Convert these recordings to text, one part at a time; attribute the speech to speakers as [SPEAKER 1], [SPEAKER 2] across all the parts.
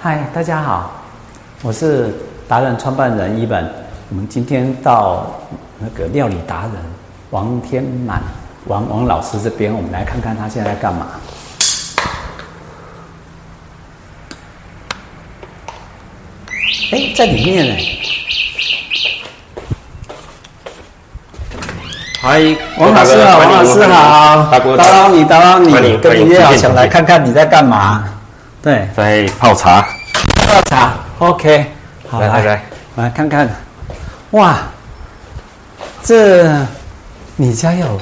[SPEAKER 1] 嗨，大家好，我是达人创办人一本。我们今天到那个料理达人王天满王王老师这边，我们来看看他现在在干嘛。哎，在里面呢。
[SPEAKER 2] 嗨，
[SPEAKER 1] 王老师好，王老师好，
[SPEAKER 2] 大哥
[SPEAKER 1] 打扰你，打扰你
[SPEAKER 2] 欢，迎
[SPEAKER 1] 跟
[SPEAKER 2] 欢迎
[SPEAKER 1] 你约好
[SPEAKER 2] 进
[SPEAKER 1] 想来看看你在干嘛。对，
[SPEAKER 2] 在泡茶，
[SPEAKER 1] 喝茶，OK，好
[SPEAKER 2] 来来来，
[SPEAKER 1] 我来看看，哇，这你家有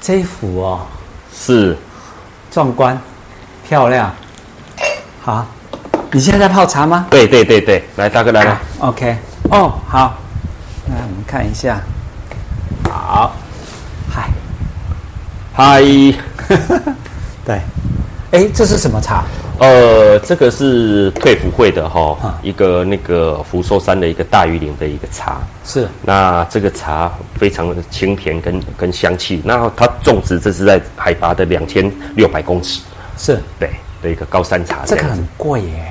[SPEAKER 1] 这一幅哦，
[SPEAKER 2] 是
[SPEAKER 1] 壮观，漂亮，好，你现在在泡茶吗
[SPEAKER 2] 对对对对，来大哥来来，
[SPEAKER 1] ？OK，哦，好，来我们看一下，好，嗨，
[SPEAKER 2] 嗨，
[SPEAKER 1] 对，哎，这是什么茶？
[SPEAKER 2] 呃，这个是退福会的哈、
[SPEAKER 1] 啊
[SPEAKER 2] 一个那个呃福寿山的一个大榆林的一个茶，
[SPEAKER 1] 是
[SPEAKER 2] 那这个茶非常的清甜跟跟香气，那它种植这是在海拔的两千六百公尺，
[SPEAKER 1] 是，
[SPEAKER 2] 对的一个高山茶
[SPEAKER 1] 这个
[SPEAKER 2] 样子
[SPEAKER 1] 很贵耶，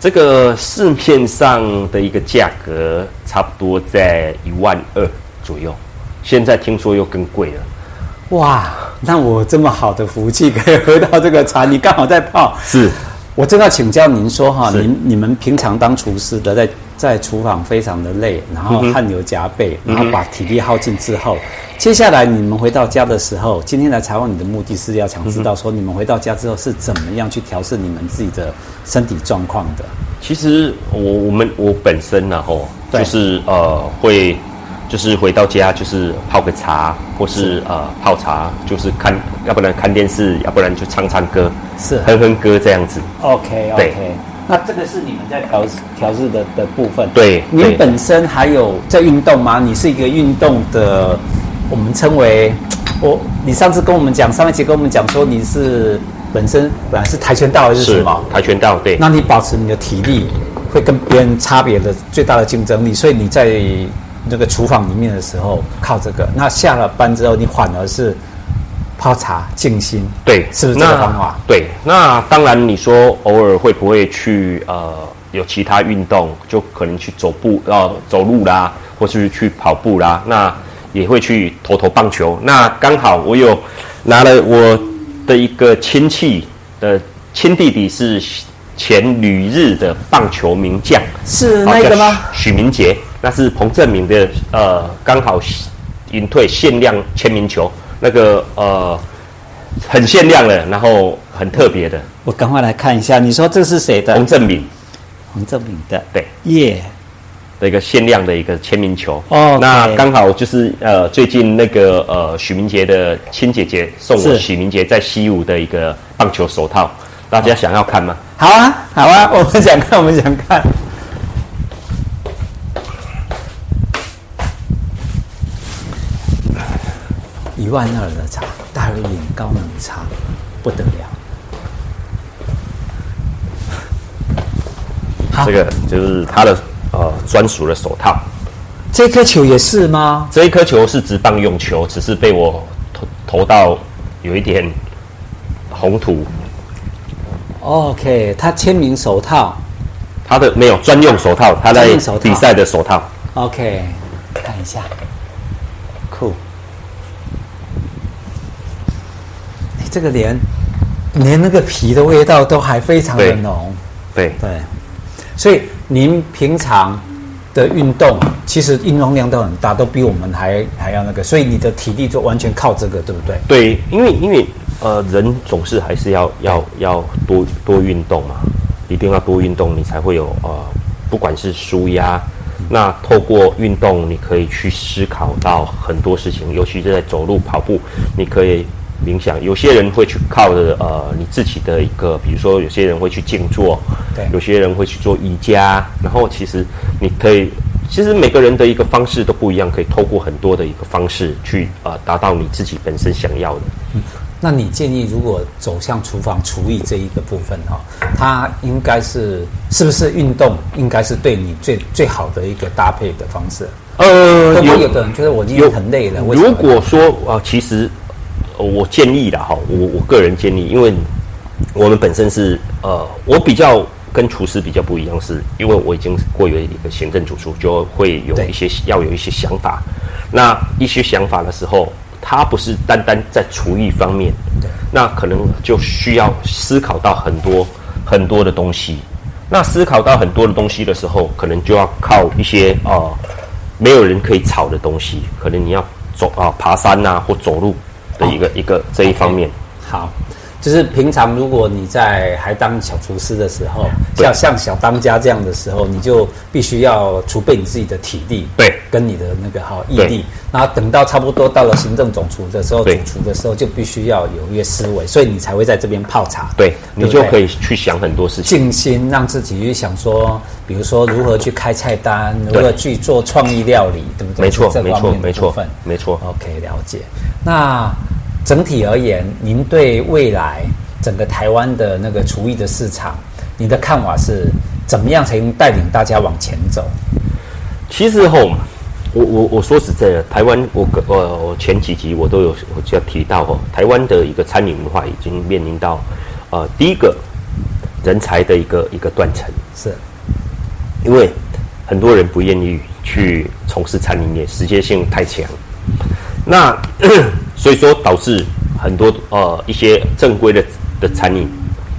[SPEAKER 2] 这个市面上的一个价格差不多在一万二左右，现在听说又更贵了。
[SPEAKER 1] 哇，那我这么好的福气可以喝到这个茶，你刚好在泡，
[SPEAKER 2] 是，
[SPEAKER 1] 我正要请教您说哈，
[SPEAKER 2] 是
[SPEAKER 1] 您你们平常当厨师的在在厨房非常的累，然后汗流浃背，然后把体力耗尽之后，接下来你们回到家的时候，今天来采访你的目的是要想知道说你们回到家之后是怎么样去调试你们自己的身体状况的。
[SPEAKER 2] 其实我我们我本身呢、吼，
[SPEAKER 1] 对
[SPEAKER 2] 就是呃会，就是回到家就是泡个茶，或是呃泡茶，就是看，要不然看电视，要不然就唱唱歌，
[SPEAKER 1] 是
[SPEAKER 2] 哼哼歌这样子。
[SPEAKER 1] OK
[SPEAKER 2] 对
[SPEAKER 1] OK，那这个是你们在调调试的的部分。
[SPEAKER 2] 对
[SPEAKER 1] 您
[SPEAKER 2] 对
[SPEAKER 1] 本身还有在运动吗？你是一个运动的，我们称为我。你上次跟我们讲，上一期跟我们讲说你是本身本来是跆拳道还是什么？
[SPEAKER 2] 跆拳道对。
[SPEAKER 1] 那你保持你的体力会跟别人差别的最大的竞争力，所以你在那个厨房里面的时候靠这个。那下了班之后，你反而是泡茶静心，
[SPEAKER 2] 对，
[SPEAKER 1] 是不是这个
[SPEAKER 2] 那
[SPEAKER 1] 方法？
[SPEAKER 2] 对，那当然，你说偶尔会不会去呃有其他运动，就可能去走步呃走路啦，或是去跑步啦，那也会去投投棒球。那刚好我有拿了我的一个亲戚的亲弟弟是前旅日的棒球名将，
[SPEAKER 1] 是
[SPEAKER 2] 好
[SPEAKER 1] 那个
[SPEAKER 2] 叫
[SPEAKER 1] 吗？
[SPEAKER 2] 许？许明杰，那是彭正明的呃，刚好隐退限量签名球，那个呃很限量的，然后很特别的
[SPEAKER 1] 我赶快来看一下，你说这是谁的？
[SPEAKER 2] 彭正明
[SPEAKER 1] 黄正明的
[SPEAKER 2] 哦对
[SPEAKER 1] 耶
[SPEAKER 2] 的一个限量的一个签名球。
[SPEAKER 1] 哦，OK
[SPEAKER 2] 那刚好就是呃最近那个呃许明杰的亲姐姐送我
[SPEAKER 1] 是
[SPEAKER 2] 许明杰在西武的一个棒球手套，大家想要看吗？
[SPEAKER 1] 好啊，好啊， 我们想看，我们想看。一万二的茶，大瑞岭高能茶，不得了。好
[SPEAKER 2] 这个就是他的呃专属的手套。
[SPEAKER 1] 这颗球也是吗？
[SPEAKER 2] 这一颗球是直棒用球，只是被我投投到有一点红土。
[SPEAKER 1] OK，他签名手套。
[SPEAKER 2] 他的没有专用手套，他在
[SPEAKER 1] 专用手套
[SPEAKER 2] 比赛的手套。
[SPEAKER 1] OK，看一下，酷。哎这个连连那个皮的味道都还非常的
[SPEAKER 2] 对
[SPEAKER 1] 浓，
[SPEAKER 2] 对，
[SPEAKER 1] 对。所以您平常的运动其实运动量都很大，都比我们还还要那个，所以你的体力就完全靠这个，对不对？
[SPEAKER 2] 对，因为因为呃，人总是还是要要要多多运动嘛，一定要多运动，你才会有呃，不管是舒压，那透过运动，你可以去思考到很多事情，尤其是在走路、跑步，你可以冥想。有些人会去靠着呃你自己的一个，比如说有些人会去静坐，
[SPEAKER 1] 对
[SPEAKER 2] 有些人会去做瑜伽，然后其实你可以。其实每个人的一个方式都不一样，可以透过很多的一个方式去呃达到你自己本身想要的。
[SPEAKER 1] 那你建议，如果走向厨房厨艺这一个部分哈、哦，它应该是是不是运动应该是对你最最好的一个搭配的方式？
[SPEAKER 2] 呃
[SPEAKER 1] 会不会有的人觉得我今天很累了？为什么
[SPEAKER 2] 如果说呃，其实呃我建议的哈，我我个人建议，因为我们本身是呃，我比较跟厨师比较不一样是，因为我已经过有一个行政主厨，就会有
[SPEAKER 1] 对
[SPEAKER 2] 一些要有一些想法。那一些想法的时候，他不是单单在厨艺方面，那可能就需要思考到很多很多的东西。那思考到很多的东西的时候，可能就要靠一些呃没有人可以炒的东西，可能你要走啊、爬山呐、或走路的一个、一个这一方面。
[SPEAKER 1] 好，就是平常如果你在还当小厨师的时候，
[SPEAKER 2] 对
[SPEAKER 1] 像像小当家这样的时候，你就必须要储备你自己的体力，
[SPEAKER 2] 对
[SPEAKER 1] 跟你的那个好毅
[SPEAKER 2] 对
[SPEAKER 1] 力。然后等到差不多到了行政总厨的时候，主
[SPEAKER 2] 对
[SPEAKER 1] 厨的时候就必须要有一些思维，所以你才会在这边泡茶。
[SPEAKER 2] 对你
[SPEAKER 1] 不
[SPEAKER 2] 就可以去想很多事情。
[SPEAKER 1] 静心，让自己去想说，比如说如何去开菜单，如
[SPEAKER 2] 对
[SPEAKER 1] 何去做创意料理，对不对？
[SPEAKER 2] 没错
[SPEAKER 1] 是这
[SPEAKER 2] 没
[SPEAKER 1] 方
[SPEAKER 2] 错
[SPEAKER 1] 面的
[SPEAKER 2] 没错
[SPEAKER 1] 部分
[SPEAKER 2] 没错
[SPEAKER 1] OK，了解。那整体而言，您对未来整个台湾的那个厨艺的市场，你的看法是怎么样才能带领大家往前走？
[SPEAKER 2] 其实吼，我我我说实在的，台湾我我我前几集我都有我就要提到吼，台湾的一个餐饮文化已经面临到呃第一个人才的一个一个断层，
[SPEAKER 1] 是
[SPEAKER 2] 因为很多人不愿意去从事餐饮业，直接性太强。那 所以说导致很多呃一些正规的的餐饮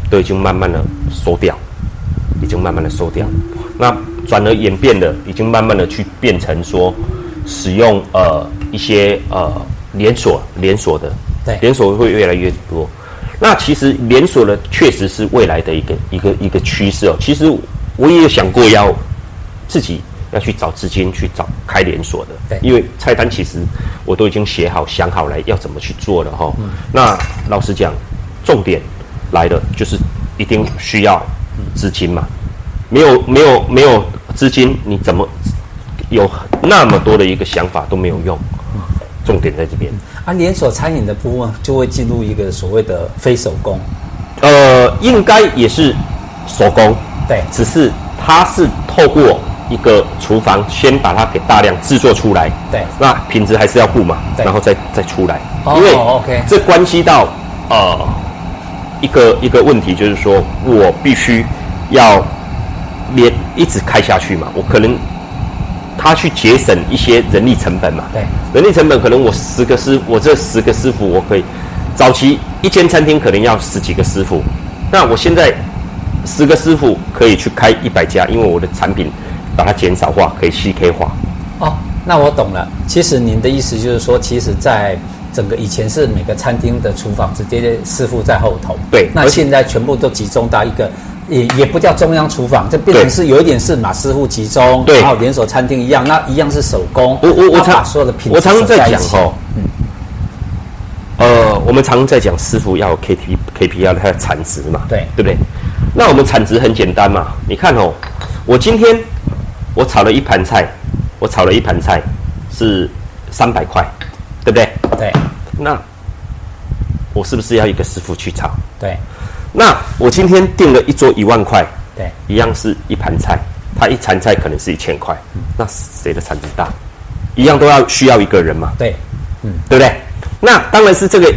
[SPEAKER 2] 都已经慢慢的收掉，已经慢慢的收掉。那转而演变的，已经慢慢的去变成说使用呃一些呃连锁连锁的，
[SPEAKER 1] 对
[SPEAKER 2] 连锁会越来越多。那其实连锁的确实是未来的一个一个一个趋势哦。其实我也有想过要自己要去找资金去找开连锁
[SPEAKER 1] 对
[SPEAKER 2] 的，因为菜单其实我都已经写好、想好来要怎么去做了哈。那老实讲，重点来了，就是一定需要资金嘛，没有没有没有资金，你怎么有那么多的一个想法都没有用？重点在这边。
[SPEAKER 1] 啊，连锁餐饮的部分就会进入一个所谓的非手工，
[SPEAKER 2] 呃，应该也是手工，
[SPEAKER 1] 对
[SPEAKER 2] 只是它是透过一个厨房先把它给大量制作出来，
[SPEAKER 1] 对
[SPEAKER 2] 那品质还是要顾嘛，
[SPEAKER 1] 对
[SPEAKER 2] 然后再再出来，
[SPEAKER 1] 哦
[SPEAKER 2] 因为
[SPEAKER 1] OK
[SPEAKER 2] 这关系到呃一个一个问题，就是说我必须要连一直开下去嘛，我可能他去节省一些人力成本嘛。
[SPEAKER 1] 对
[SPEAKER 2] 人力成本可能我十个师，我这十个师傅我可以，早期一间餐厅可能要十几个师傅，那我现在十个师傅可以去开一百家，因为我的产品把它减少化，可以 CK 化。
[SPEAKER 1] 哦，那我懂了。其实您的意思就是说，其实，在整个以前是每个餐厅的厨房直接师傅在后头，
[SPEAKER 2] 对
[SPEAKER 1] 那
[SPEAKER 2] 而且
[SPEAKER 1] 现在全部都集中到一个。也也不叫中央厨房，这变成
[SPEAKER 2] 对
[SPEAKER 1] 是有一点是把师傅集中，
[SPEAKER 2] 对
[SPEAKER 1] 然后连锁餐厅一样，那一样是手工。
[SPEAKER 2] 我我我
[SPEAKER 1] 那把
[SPEAKER 2] 常
[SPEAKER 1] 所有的品质
[SPEAKER 2] 我常常
[SPEAKER 1] 在
[SPEAKER 2] 在
[SPEAKER 1] 一
[SPEAKER 2] 讲哦
[SPEAKER 1] 起嗯
[SPEAKER 2] 吼，呃，我们常常在讲师傅要有 K P K P I 它的产值嘛，
[SPEAKER 1] 对
[SPEAKER 2] 对不对？那我们产值很简单嘛，你看哦，我今天我炒了一盘菜，我炒了一盘菜是三百块，对不对？
[SPEAKER 1] 对
[SPEAKER 2] 那我是不是要一个师傅去炒？
[SPEAKER 1] 对
[SPEAKER 2] 那我今天订了一桌一万块，
[SPEAKER 1] 对，
[SPEAKER 2] 一样是一盘菜，它一盘菜可能是一千块，那谁的产值大？一样都要需要一个人嘛，
[SPEAKER 1] 对
[SPEAKER 2] 对不对？那当然是这个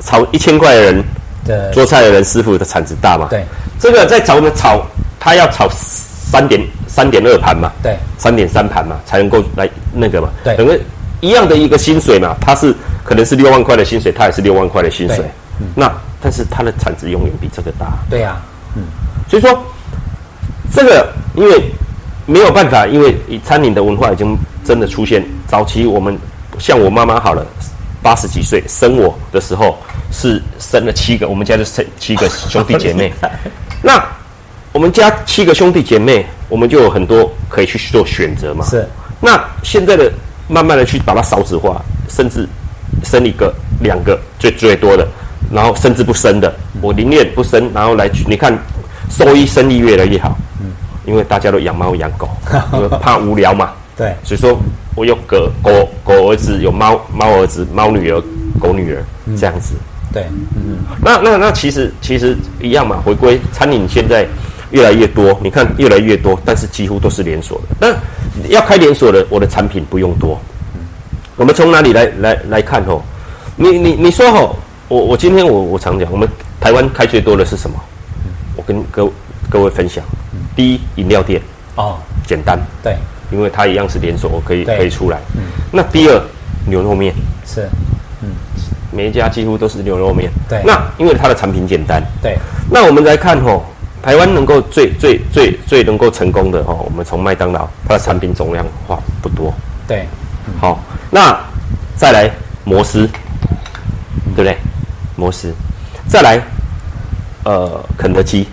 [SPEAKER 2] 炒一千块的人
[SPEAKER 1] 的
[SPEAKER 2] 做菜的人师傅的产值大嘛。
[SPEAKER 1] 对，
[SPEAKER 2] 这个在炒我们炒，他要炒三点三点二盘嘛，
[SPEAKER 1] 对
[SPEAKER 2] 三点三盘嘛，才能够来那个嘛。
[SPEAKER 1] 对
[SPEAKER 2] 整个一样的一个薪水嘛，他是可能是六万块的薪水，他也是六万块的薪水
[SPEAKER 1] 对。
[SPEAKER 2] 那但是他的产值永远比这个大。
[SPEAKER 1] 对啊，
[SPEAKER 2] 所以说，这个因为没有办法，因为餐饮的文化已经真的出现。早期我们像我妈妈好了，八十几岁生我的时候是生了七个，我们家就生七个兄弟姐妹。那我们家七个兄弟姐妹，我们就有很多可以去做选择嘛。
[SPEAKER 1] 是。
[SPEAKER 2] 那现在的慢慢的去把它少子化，甚至生一个、两个最最多的，然后甚至不生的，我宁愿不生，然后来去你看，兽医生意越来越好，因为大家都养猫养狗，因为怕无聊嘛，
[SPEAKER 1] 对
[SPEAKER 2] 所以说我有狗狗狗儿子，有猫猫儿子、猫女儿、狗女儿这样子。
[SPEAKER 1] 对嗯
[SPEAKER 2] 那那那其实其实一样嘛，回归餐饮现在越来越多，你看越来越多，但是几乎都是连锁的。那要开连锁的，我的产品不用多。我们从哪里来来来看哦？你你你说哦，我我今天我我常讲，我们台湾开最多的是什么？我跟各各位分享，
[SPEAKER 1] 嗯
[SPEAKER 2] 第一，饮料店
[SPEAKER 1] 哦，
[SPEAKER 2] 简单，
[SPEAKER 1] 对，
[SPEAKER 2] 因为它一样是连锁，我可以
[SPEAKER 1] 对嗯
[SPEAKER 2] 可以出来。那第二，牛肉面，
[SPEAKER 1] 是，
[SPEAKER 2] 每一家几乎都是牛肉面。
[SPEAKER 1] 对
[SPEAKER 2] 那因为它的产品简单，
[SPEAKER 1] 对，
[SPEAKER 2] 那我们来看吼、台湾能够最最最最能够成功的哦，我们从麦当劳，它的产品总量化不多。
[SPEAKER 1] 对，
[SPEAKER 2] 好、那再来摩斯，对不对？摩斯，再来呃肯德基。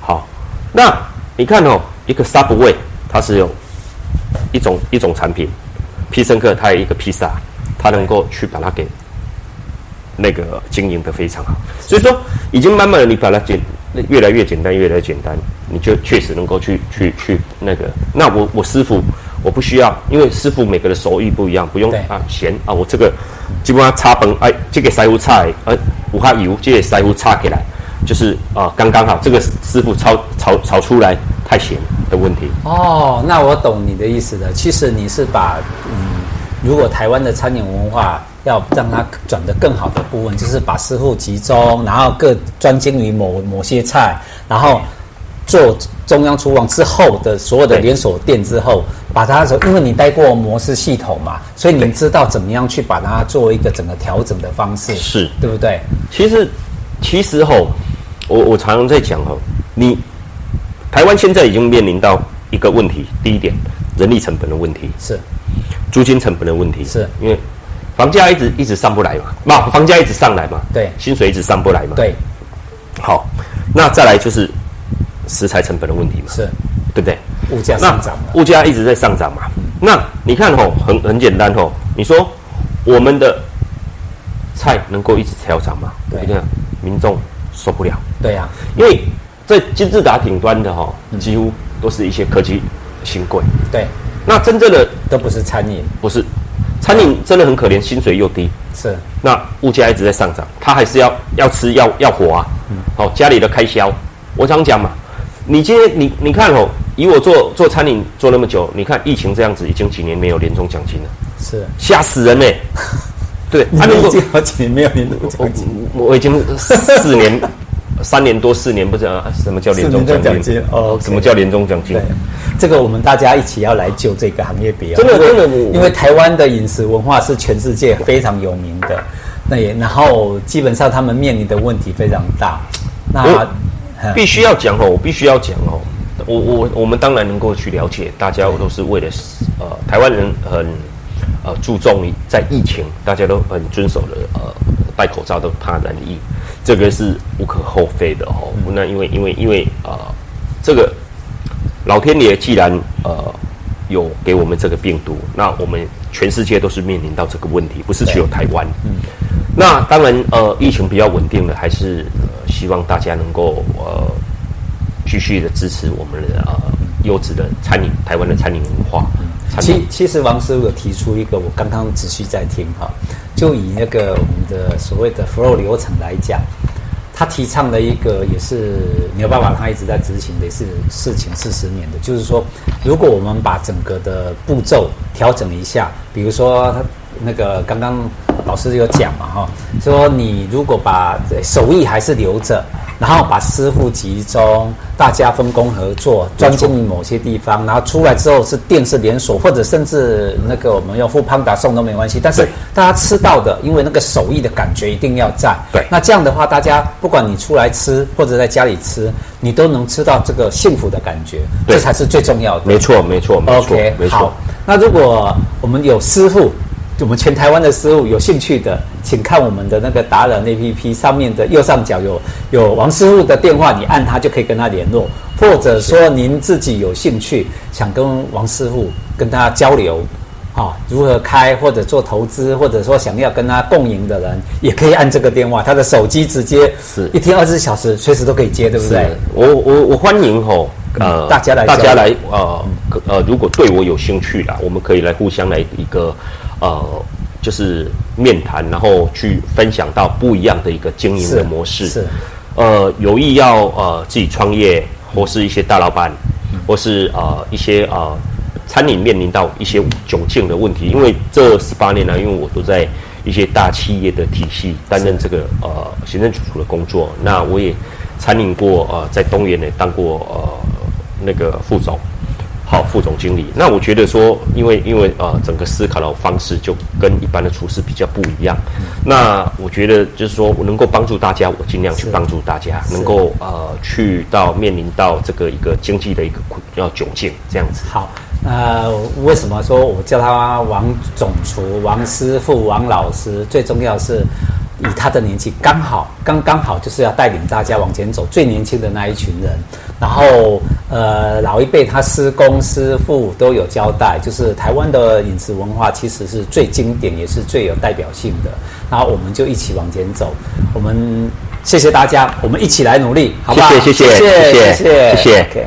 [SPEAKER 2] 好，那你看哦，一个 Subway 它是有一种一种产品，必胜客它有一个披萨，它能够去把它给那个经营的非常好，所以说已经慢慢的你把它简越来越简单，越来越简单，你就确实能够去去去那个。那我我师傅我不需要，因为师傅每个的手艺不一样，不用
[SPEAKER 1] 对
[SPEAKER 2] 啊咸啊，我这个基本上插本哎，这个塞胡菜哎，五花油这个塞胡插起来，就是啊、刚刚好，这个师傅炒炒炒出来太咸的问题。
[SPEAKER 1] 哦，那我懂你的意思了。其实你是把，嗯，如果台湾的餐饮文化要让它转得更好的部分，就是把师傅集中，然后各专精于某某些菜，然后做中央厨房之后的所有的
[SPEAKER 2] 对
[SPEAKER 1] 连锁店之后，把它从因为你待过模式系统嘛，所以你知道怎么样去把它做一个整个调整的方式，
[SPEAKER 2] 是
[SPEAKER 1] 对不对？
[SPEAKER 2] 其实，其实吼，我我常常在讲吼，你台湾现在已经面临到一个问题，第一点，人力成本的问题，
[SPEAKER 1] 是
[SPEAKER 2] 租金成本的问题，
[SPEAKER 1] 是
[SPEAKER 2] 因为房价一直一直上不来嘛，那房价一直上来嘛，
[SPEAKER 1] 对
[SPEAKER 2] 薪水一直上不来嘛，，
[SPEAKER 1] 对，
[SPEAKER 2] 好，那再来就是食材成本的问题嘛，
[SPEAKER 1] 是
[SPEAKER 2] 对不对？
[SPEAKER 1] 物价
[SPEAKER 2] 那
[SPEAKER 1] 上涨了，
[SPEAKER 2] 物价一直在上涨嘛。那你看吼，很很简单吼，你说我们的菜能够一直调涨吗？
[SPEAKER 1] 对
[SPEAKER 2] 我跟你讲，民众受不了，
[SPEAKER 1] 对啊呀、
[SPEAKER 2] 因为在金字塔顶端的哈，
[SPEAKER 1] 嗯
[SPEAKER 2] 几乎都是一些科技新贵。
[SPEAKER 1] 对，
[SPEAKER 2] 那真正的
[SPEAKER 1] 都不是餐饮，
[SPEAKER 2] 不是餐饮真的很可怜，薪水又低，
[SPEAKER 1] 是
[SPEAKER 2] 那物价一直在上涨，他还是要要吃要要活啊，
[SPEAKER 1] 嗯
[SPEAKER 2] 好、家里的开销，我常讲嘛，你今天你你看哦，以我做做餐饮做那么久，你看疫情这样子，已经几年没有年终奖金了，
[SPEAKER 1] 是。
[SPEAKER 2] 吓死人呢、对， 啊，如
[SPEAKER 1] 已
[SPEAKER 2] 果
[SPEAKER 1] 经好几年没有年度
[SPEAKER 2] 我
[SPEAKER 1] 奖金，
[SPEAKER 2] 我我已经四年三年多四年不知道啊什么叫年终
[SPEAKER 1] 四年多
[SPEAKER 2] 奖
[SPEAKER 1] 奖
[SPEAKER 2] 金
[SPEAKER 1] 金哦
[SPEAKER 2] 什么叫年终奖金
[SPEAKER 1] 对？，这个我们大家一起要来救这个行业别啊！
[SPEAKER 2] 真的
[SPEAKER 1] 因为
[SPEAKER 2] 真的我
[SPEAKER 1] 因为台湾的饮食文化是全世界非常有名的，那也然后基本上他们面临的问题非常大。那
[SPEAKER 2] 我必须要讲哦，我必须要讲哦，我我我们当然能够去了解，大家都是为了呃，台湾人很呃注重在疫情，大家都很遵守了呃戴口罩都怕染疫，这个是无可厚非的哦。那因为因为因为呃这个老天爷既然呃有给我们这个病毒，那我们全世界都是面临到这个问题，不是只有台湾。
[SPEAKER 1] 嗯
[SPEAKER 2] 那当然，呃，疫情比较稳定了，还是、呃、希望大家能够呃继续的支持我们的呃优质的餐饮，台湾的餐饮文化。餐饮
[SPEAKER 1] 嗯其其实王师傅有提出一个，我刚刚仔细在听哈，就以那个我们的所谓的 flow 流程来讲，他提倡的一个也是牛爸爸他一直在执行的是事情四十年的，就是说，如果我们把整个的步骤调整一下，比如说他那个刚刚老师有讲嘛哈，说你如果把手艺还是留着。然后把师傅集中，大家分工合作，专精于某些地方，然后出来之后是店是连锁，或者甚至那个我们用富胖达送都没关系，但是
[SPEAKER 2] 对
[SPEAKER 1] 大家吃到的，因为那个手艺的感觉一定要在。
[SPEAKER 2] 对
[SPEAKER 1] 那这样的话，大家不管你出来吃或者在家里吃，你都能吃到这个幸福的感觉，
[SPEAKER 2] 对
[SPEAKER 1] 这才是最重要的。
[SPEAKER 2] 没错，没错，没错
[SPEAKER 1] OK，
[SPEAKER 2] 没错
[SPEAKER 1] 好。，那如果我们有师傅，我们全台湾的师傅有兴趣的，请看我们的那个达人 APP 上面的右上角有有王师傅的电话，你按他就可以跟他联络，或者说您自己有兴趣想跟王师傅跟他交流。啊、如何开或者做投资，或者说想要跟他共赢的人，也可以按这个电话，他的手机直接
[SPEAKER 2] 是
[SPEAKER 1] 一天二十四小时，随时都可以接，对不
[SPEAKER 2] 是
[SPEAKER 1] 对？
[SPEAKER 2] 我我我欢迎吼，呃，
[SPEAKER 1] 嗯大家来
[SPEAKER 2] 大
[SPEAKER 1] 交
[SPEAKER 2] 家
[SPEAKER 1] 流
[SPEAKER 2] 来，呃可呃，如果对我有兴趣啦，我们可以来互相来一个，呃，就是面谈，然后去分享到不一样的一个经营的模式。
[SPEAKER 1] 是
[SPEAKER 2] 呃，有意要呃自己创业，或是一些大老板，或是呃一些呃餐饮面临到一些窘境的问题，因为这十八年来，因为我都在一些大企业的体系担任这个呃行政主厨的工作，那我也餐饮过，呃，在东元也当过呃那个副总，好副总经理。那我觉得说，因为因为呃整个思考的方式就跟一般的厨师比较不一样。那我觉得就是说，我能够帮助大家，我尽量去
[SPEAKER 1] 是
[SPEAKER 2] 帮助大家，
[SPEAKER 1] 是
[SPEAKER 2] 能够呃去到面临到这个一个经济的一个苦要窘境这样子。
[SPEAKER 1] 好，那为什么说我叫他王总厨、王师傅、王老师？最重要是以他的年纪刚好刚刚好，就是要带领大家往前走，最年轻的那一群人。然后呃，老一辈他师公师傅都有交代，就是台湾的饮食文化其实是最经典，也是最有代表性的。然后我们就一起往前走，我们。谢谢大家，我们一起来努力，好不好？
[SPEAKER 2] 谢谢谢
[SPEAKER 1] 谢
[SPEAKER 2] 谢谢谢
[SPEAKER 1] 谢谢
[SPEAKER 2] 谢谢
[SPEAKER 1] OK